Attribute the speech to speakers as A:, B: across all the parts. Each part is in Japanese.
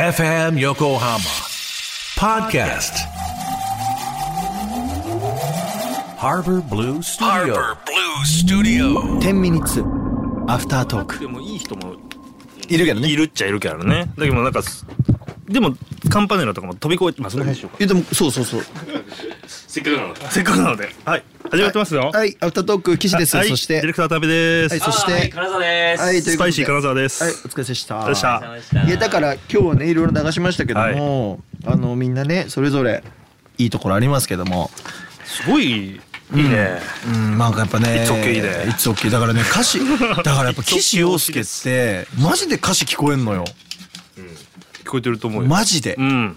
A: FM Yokohama Podcast Harbor Blue Studio
B: Harbor Blue Studio
C: 10ミニッツアフタートーク
B: でもいい人も
C: いるけどね
B: いるっちゃいるけどねだけどなんかでもカンパネラとかも飛び越えてまあその話しようか
C: えでもそうそうそう
B: せっかくなのでせっかくなのではい始まってますよ、
C: はいアフタートーク岸です、
B: はい
C: そして
B: ディレクター旅です、
C: はいそして
D: はい、金沢です。
C: はいという
B: ス
C: こと
B: パ
C: で
B: イシー金沢です、
C: はいお疲れ様でした
B: でした
D: お疲れ様でした
C: いやだから今日はねいろいろ流しましたけども、あのみんなねそれぞれいいところありますけども
B: すごいいいね、
C: うんまあやっぱね
B: It's okay で
C: It's okay だからね歌 詞だからやっぱ
B: It's okay
C: 岸洋介ってマジで歌詞聞こえんのよ
B: 聞こえてると思うよ、
C: マジで
B: うん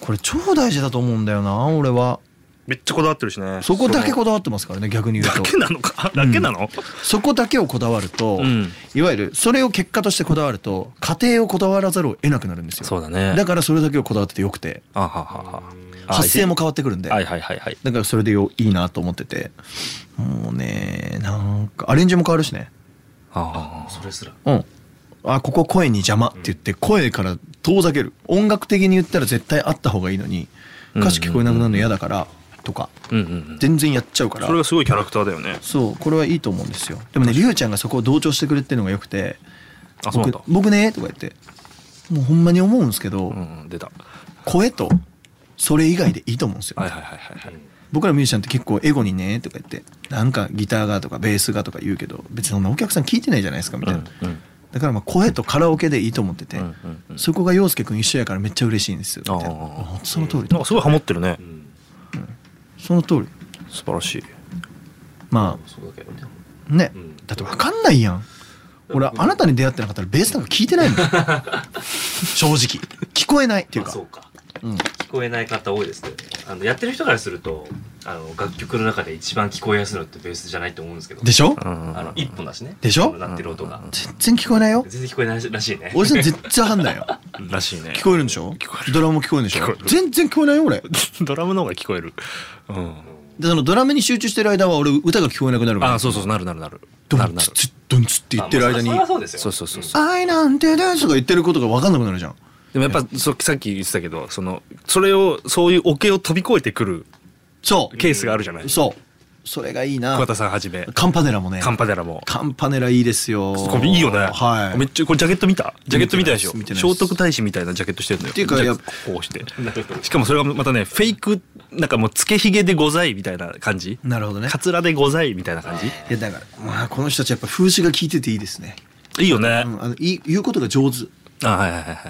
C: これ超大事だと思うんだよな俺は
B: めっちゃこだわってるしね
C: そこだけこだわってますからね逆に言う
B: だ
C: と
B: けなのかだけなの、
C: そこだけをこだわると、
B: うん
C: いわゆるそれを結果としてこだわると家庭をこだわらざるを得なくなるんですよ
B: そうだね
C: だからそれだけをこだわっててよくて
B: あはははあ
C: 発声も変わってくるんで、
B: はいはいはいはい
C: だからそれでよいいなと思っててもうねなんかアレンジも変わるしね
B: ああ
D: それすら。
C: うんあここ声に邪魔って言って声から遠ざける音楽的に言ったら絶対あった方がいいのに歌詞聞こえなくなるの嫌だからとか
B: うんうんうん
C: 全然やっちゃうから
B: それがすごいキャラクターだよね
C: そうこれはいいと思うんですよでもねりゅうちゃんがそこを同調してくれてるのがよくて
B: あそうなん
C: 僕
B: だ
C: 僕ね」とか言ってもうほんまに思うんですけど、
B: うんうん出たは
C: 声とそれ以外でいいと思うんですよ、
B: いはいはいはいはい
C: 僕らミュージシャンって結構「エゴにね」とか言ってなんかギターがとかベースがとか言うけど別にそんなお客さん聞いてないじゃないですかみたいな、
B: うんうん
C: だからまあ声とカラオケでいいと思ってて、
B: うんうんうん
C: そこが陽介くん一緒やからめっちゃ嬉しいんですよみたいな
B: あー
C: ほんとその通り
B: なんかすごいハモってるね、
C: その通り
B: 素晴らしい
C: ま
D: そうだけどね。
C: あね、
D: ん
C: だって分かんないやん俺あなたに出会ってなかったらベースなんか聞いて ないもん正直聞こえないっていう
D: まあ
C: か
D: そうか。
C: うん
D: 聞こえない方多いですね。あのやってる人からすると、あの楽曲の中で一番聞こえやすいのってベースじゃないと思うんですけど。
C: でしょ、
B: うん
D: あの一本だしね。
C: でしょ
D: あの鳴ってる音が。
C: 全然聞こえないよ
D: 全然聞こえないらしいね。
C: 俺さん絶対わかんないよ
B: らしいね
C: 聞こえるんでしょドラムも聞こえるんでしょ
B: 聞こえる
C: 全然聞こえないよ俺で
B: ドラムの方が聞こえる、うん、
C: そのドラムに集中してる間は俺歌が聞こえなくなるから
B: あそうそうそうなるなるなる
C: ド
B: な
C: ン
B: るな
C: ツ
B: る
C: ッドンツって言ってる間に
D: あまあそりゃそうですよ。
B: そうそうそうそう
C: 愛なんてですとか言ってることがわかんなくなるじゃん
B: でもやっぱそうさっき言ってたけどそのそれをそういう桶を飛び越えてくる
C: そ
B: ケースがあるじゃな
C: う
B: い、桑
C: そうそれがいいな
B: 田さんはじめ
C: カンパネラもね
B: カンパネラも
C: カンパネラいいですよ
B: これいいよね、
C: はい
B: めっちゃこれジャケット見たジャケット見たでしょ
C: 見てないです見てない
B: 聖
C: です
B: 徳太子みたいなジャケットしてるのよ
C: っていうかやっぱ
B: こうして
D: なるほど
B: しかもそれがまたねフェイクなんかもうつけひげでございみたいな感じ
C: なるほどね
B: かつらでございみたいな感じ
C: いやだからまあこの人たちやっぱ風刺が効いてていいですね
B: いいよね、
C: うんあのいい言うことが上手
B: あはいはいはいはい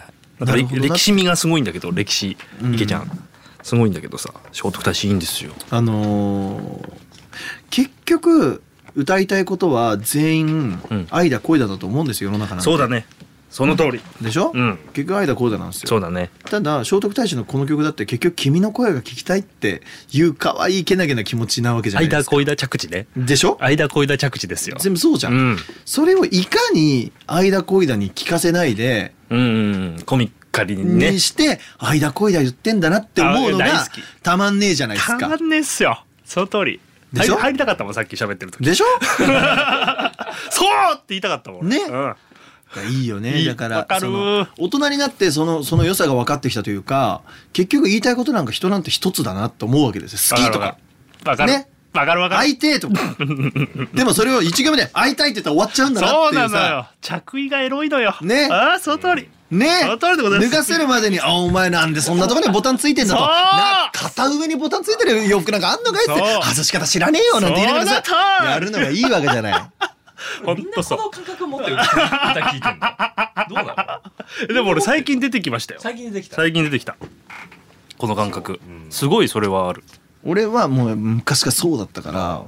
C: な
B: だから
C: るほどな
B: 歴史味がすごいんだけど歴史池ちゃんすごいんだけどさ聖徳太子いいんですよ
C: あのー結局歌いたいことは全
B: うん
C: 員愛だ恋だだと思うんですよ世の中なんて
B: そうだねその通り
C: でしょ、
B: うん
C: 結局愛だ恋だなんです
B: そう
C: よ
B: だね
C: ただ聖徳太子のこの曲だって結局君の声が聞きたいっていう可愛いけなげな気持ちなわけじゃないで
B: 間
C: すか
B: 恋だ着地ね
C: でしょ
B: 間恋だ着地ですよ
C: 全部そうじゃん、
B: うん
C: それをいかに愛だ恋だに聞かせないで、
B: うんうんうんコミカルにね
C: にして愛だ恋だ言ってんだなって思うの
B: あ大
C: が
B: 好き
C: たまんねえじゃないです
B: た
C: か
B: まんねえっすよその通り
C: でしょ
B: 入り入りたかったもんさっき喋ってる時
C: でしょ
B: そうって言いたかったもん
C: ね
B: うん
C: いいよね
B: いい
C: だか
B: わ
C: ら
B: かる
C: その大人になってそのその良さが分かってきたというか結局言いたいことなんか人なんて一つだなと思うわけですよ好きとか
B: わかる
C: ね
B: わかるわか
C: 会
B: る
C: いてえ とかでもそれを一行目で会いたいって言ったら終わっちゃうんだな
B: そ
C: っ
B: う
C: てい
B: な
C: う
B: のよ
C: さ
B: 着衣がエロいのよ
C: ね
B: ああその通り
C: ね
B: その通りでございます
C: 脱がせるまでに「あお前なんでそんなところにボタンついてんだ」と
B: そう
C: な「片上にボタンついてる洋服なんかあんのかい?」って
B: そう
C: 「外し方知らねえよ」なんて言いながら
B: そうだ
C: さ
B: と
C: やるのがいいわけじゃない。
B: ほ
D: みん
B: ん
D: な
B: とそ
D: この
B: う
D: 感覚を持って歌聞いてんの。どうなの？
B: えでも俺最近出てきましたよ
D: 最近出てきた。
B: 最近出てきたこの感覚
D: そううん
B: すごいそれはある
C: 俺はもう昔からそうだったから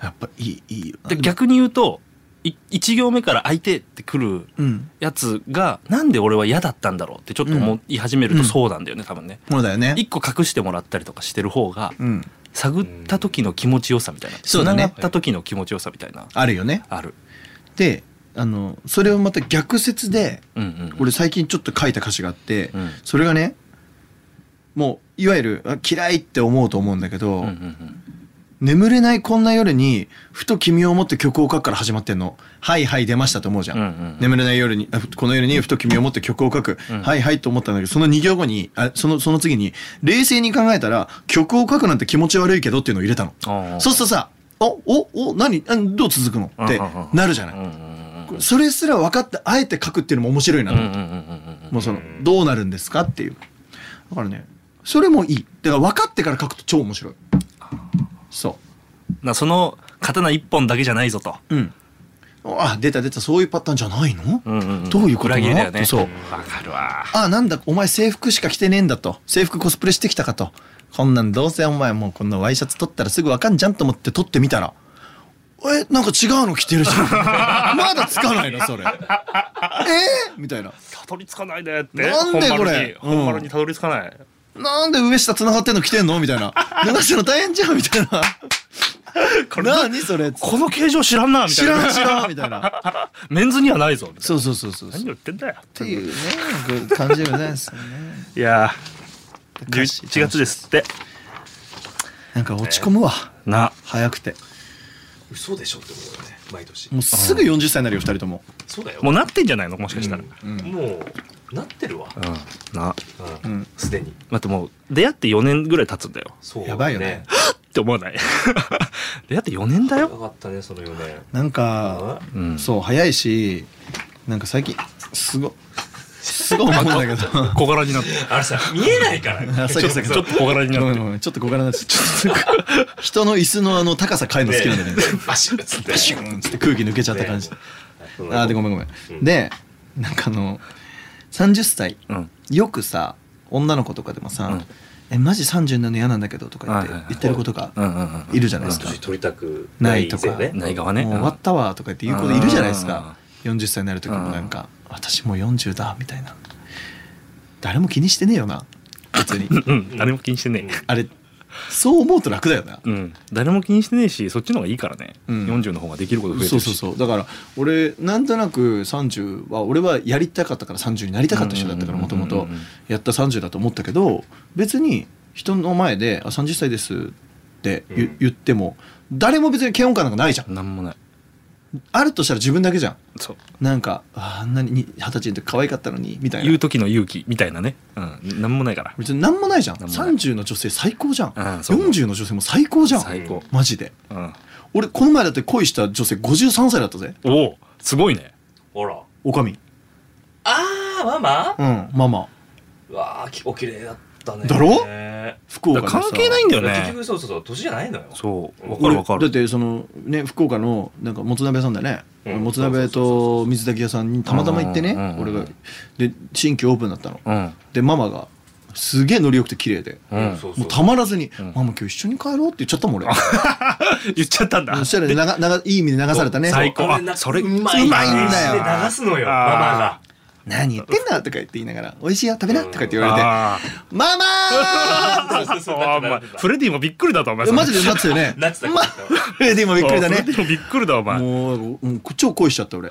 C: やっぱいいいいよな
B: で逆に言うと1行目から相手ってくる
C: うん
B: やつがなんで俺は嫌だったんだろうってちょっと思い始める
C: う
B: と
C: ん
B: そうなんだよね多分ね
C: そうだよね
B: 一個隠してもらったりとかしてる方が
C: うん
B: 探った時の気持ちよさみたいな
C: そうだね
B: 繋がった時の気持ちよさみたいな
C: あるよね
B: ある
C: であのそれをまた逆説で
B: うんうん
C: 俺最近ちょっと書いた歌詞があって、
B: うん
C: それがねもういわゆるあ嫌いって思うと思うんだけど、
B: うんうんうん
C: 眠れないこんな夜にふと君を思って曲を書くから始まってんの「はいはい出ました」と思うじゃん,、
B: うんうん
C: 眠れない夜にあふこの夜にふと君を思って曲を書く、はいはいと思ったんだけどその2行後にあそのその次に冷静に考えたら曲を書くなんて気持ち悪いけどっていうのを入れたの
B: あー
C: そうするとさ「おおお何あどう続くの?」って
B: うんうんうん
C: なるじゃない、
B: うんうんうん
C: それすら分かってあえて書くっていうのも面白いなと
B: う
C: 思っ
B: ん
C: て、
B: うんうん
C: もうそのどうなるんですかっていうだからねそれもいいだから分かってから書くと超面白いそ
B: うんなその刀一本だけじゃないぞと。
C: ううんあ出た出たそういうパターンじゃないの、
B: うんうんん
C: どういうことな
B: 裏切りだよね。
C: そう
B: わかるわ。
C: あなんだお前制服しか着てねえんだと制服コスプレしてきたかとこんなんどうせお前もうこんなワイシャツ取ったらすぐわかんじゃんと思って取ってみたらえなんか違うの着てるし まだつかないのそれえー、みたいな
B: たどり着かないでって。
C: なんでこれうん
B: 本丸に本丸にたどり着かない。
C: なんで上下繋がってんの着てんのみたいな流しての大変じゃんみたいな
B: これ
C: 何それ
B: この形状知らんなみた
C: 知
B: いな。
C: らん知らんみたいな
B: メンズにはないぞ。みたいな
C: そうそうそうそうそう
B: 何
C: っ
B: 言ってんだよ。って
C: いうねぐ感じでございますよね
B: いやー、
C: 歌詞
B: 11月ですって。
C: なんか落ち込むわ
B: な。
C: 早くて
D: 嘘でしょってことだよね毎年
C: もうすぐ40歳になるよ2人とも
D: そうだよ
B: もうなってんじゃないのもしかしたら。
D: うんもうなってるわ
B: うん。な。
D: う
C: うんん
D: すでに
B: 待ってもう、出会って4年ぐらい経つんだよ。
D: そう
C: やばいよね
B: って思わない 出会って4年だ
D: よ
B: よ。
D: かったねその4年
C: なん
D: あ
C: か
B: うん
C: そう早いしなんか最近すごすごい思うんだけ ど
B: 小柄になって。
D: あれさ見えないから
C: あそうかそうか
B: ちょっと小柄に
C: ごめん
B: なって。
C: ごめんちょっと小柄になっちゃった人の椅子のあの高さ変えるの好きなんだよね
D: バシッつって
C: シュンっつって空気抜けちゃった感じ
D: ね
C: あーでごめんごめん、
D: うん
C: でなんかあの30歳
B: うん。
C: よくさ女の子とかでもさ「
B: うん
C: えマジ30になるの嫌なんだけど」とか言って、
B: はいはいはい
C: 言ってることが
B: うんうんうん。
C: いるじゃないですか、
D: 年取りたく
C: な
D: ないい
C: と
D: と
C: か
D: かね
B: ない側ね。
C: もう終わったわとか言って言う子でいるじゃないですか40歳になる時も
B: うん
C: なんか「私もう40だ」みたいな誰も気にしてねえよな別 に
B: うんうん。誰も気にしてね
C: あれそう思うと楽だよな
B: え。うん。誰も気にしてねえし、そっちの方がいいからね。
C: うん
B: 40の方ができること増えて
C: そう
B: る
C: そう
B: し。
C: そうだから俺なんとなく30は俺はやりたかったから30になりたかった人だったから
B: うんう
C: も
B: ん
C: と
B: うんうん
C: もとやった30だと思ったけど別に人の前で「あ30歳です」って言,、
D: うん
C: 言っても誰も別に嫌悪感なんかないじゃん
B: なんもない。
C: あるとしたら自分だけじゃん
B: そう。
C: なんかああんなにに二十歳の時可愛かったのにみたい
B: 言
C: な
B: う時の勇気みたいなね。うん。なんもないから。
C: 別に何もないじゃん
B: なんもない
C: 30の女性最高じゃん
B: うんそう
C: 40の女性も最高じゃん
B: 最高。
C: マジで
B: うん。
C: 俺この前だって恋した女性53歳だったぜ
B: おおすごいね。
D: ほら
C: おかみ
D: あーママ
C: うんママ
D: うわあお綺麗だったね
C: だろ
D: ね
C: 福岡
B: だ
C: で
B: か
C: さ
B: ら関係ないんだよ
D: 結
B: ね。
D: 局そうそうそう年じゃないのよ
B: そう。わか
C: 俺
B: るわか
C: だっ
B: る。
C: てそのね福岡のなんかもつ鍋屋さんだよね、
D: うん
C: もつ鍋と水炊き屋さんにたまたま行ってね、
B: うんうんうん
C: 俺がで新規オープンだったの、
B: うん。
C: でママがすげえノリよくて綺麗で、
B: う
D: うん
B: ん
D: そ。うそう
C: もうたまらずに、
B: ん
C: ママ今日一緒に帰ろうって言っちゃったもん俺
B: 言っちゃったんだ
C: そ。したらね長長いい意味で流されたね
B: そう最高
D: 俺な
B: あそれ
D: うまいね
C: うまいんだよ
D: で流すのよママ
B: あー
D: が
C: 何言ってんだとか言って言いながら美味しいよ食べなとか言って言われて
B: あ
C: ママ
D: そ
C: ー
D: うそうそう
B: あ、お前、フレディもびっくりだと、お
C: い
B: 前。
C: やマジ
B: で
C: でなってたよね
D: なってた
C: まえでもびっくりだね
B: フレディもびっくりだ、お前。
C: もううん超恋しちゃった俺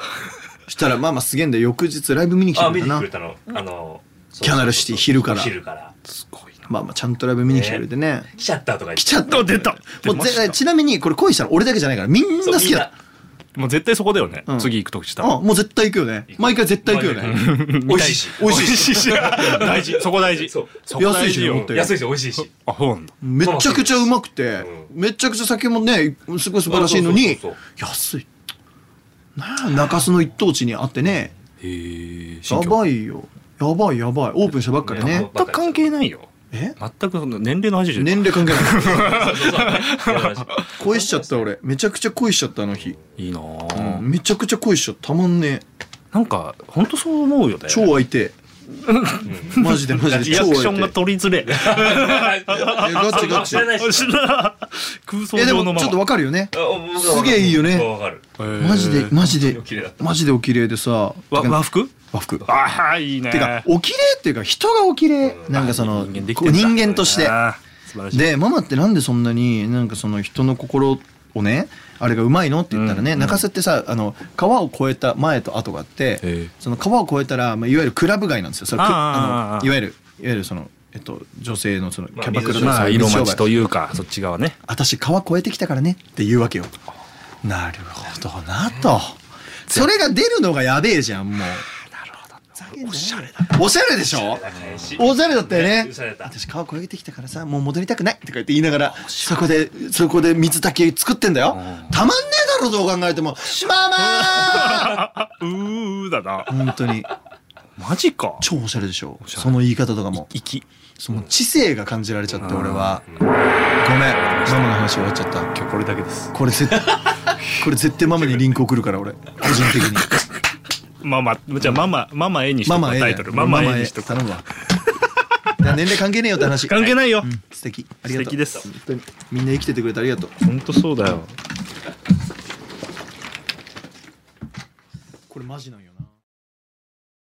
C: したらママすげえんだよ翌日ライブ見に来て
D: あ
C: くれ
D: 見
C: た
D: に来
C: な
D: てくれたのあの
C: キャナルシティ昼から
D: 昼から
B: すごいな。
C: まあまあちゃんとライブ見に来てくれてね。
D: 来ちゃったとか言って
C: 来ちゃった
B: お出た
C: もう
B: 出ました
C: ぜちなみにこれ恋したの俺だけじゃないからみんな好きだ
B: もう絶対そこだよね
C: うん。
B: 次行くとした
C: あ
B: ら。
C: もう絶対行くよね毎回絶対行くよ ね
D: 美味しいし
B: 美味しいし。大事。そこ大事。
D: そう
B: そこ
C: 安
B: 大事
C: いし
B: よ
C: 本当。に
D: 安いし美味しいし
B: あ、そうなんだ。
C: めちゃくちゃうまくて
D: う
C: めちゃくちゃ酒もねすごい素晴らしいの
D: そ
C: に
D: うそう
C: 安いなあ中洲の一等地にあってね
B: へえ。
C: や
B: 新居
C: ばいよやばいやばいオープンしたばっかでね
D: ね
B: 全く関係ないよ。
C: え
B: 全くその年齢の話じゃない。
C: 年齢関係ない
D: そうそうそうそうやばいし
C: 恋しち ゃった俺めちゃくちゃ恋しちゃったあの日
B: いいな
C: うん
B: ぁ
C: めちゃくちゃ恋しちゃったたまんねえ
B: なんか、本当そう思うよね。
C: 超相手マジでマジで
B: リア
C: 超
B: クショ
C: 相
B: ンが
C: 手
B: 取りづれえ。
C: えガチガチ
D: 知らないし
B: 知らな空想
C: えで
B: 上の
C: も
B: ま
C: ちょっと
B: ま。
C: わかるよね
D: あ僕は
C: すげえいいよね
D: わかる
B: へー
C: マジでマジで
D: お綺麗だった
C: マジでお綺麗でさ
B: わ
C: てか
B: 和服
C: 和服て
B: ああ、いいね。
C: かお綺麗っていうか人がお綺麗なんかその
B: 人間でき
C: こ
B: て
C: うん
B: だ
C: 人間として
B: あー素晴らしい
C: でママってなんでそんなになんかその人の心をねあれがうまいのって言ったらね
B: うん
C: 中洲ってさあの川を越えた前と後があって
B: え
C: その川を越えたらまあいわゆるクラブ街なんですよそれく
B: あーあーあー
C: あのいわゆるいわゆるそのえっと、女性のそのキ
D: まあ
C: ャバクラの
B: まあ
C: そう
B: 色
C: 商売
B: 待ちというかそっち側ね
C: 私川越えてきたからねって言うわけよなるほどなとそれが出るのがやべえじゃんもうなるほどおしゃれだおしゃれでしょ
D: 返し
C: おしゃれだったよね
D: おしゃれだった
C: 私川越えてきたからさもう戻りたくないとか言って言いながらそこでそこで水炊き作ってんだよたまんねえだろどう考えて もママー
B: うーだな
C: 本当に
B: マジか
C: 超おしゃれでしょ
B: しゃれ
C: その言い方とかも
B: き
C: その知性が感じられちゃって俺はごめんママの話終わっちゃった
B: 今日これだけです
C: これ 絶これ絶対ママにリンク送るから俺個人的 に
B: ママじゃあママママ絵にしと
C: マ
B: く
C: マ
B: タイトルママ絵にしとく
C: 頼むわだから年齢関係ねえよって話
B: 関係
C: い
B: ないよ
C: 素敵あり
B: 素
C: がとう
B: 敵です
C: 本当にみんな生きててくれてありがとう
B: 本当そうだよ
C: これマジなんよ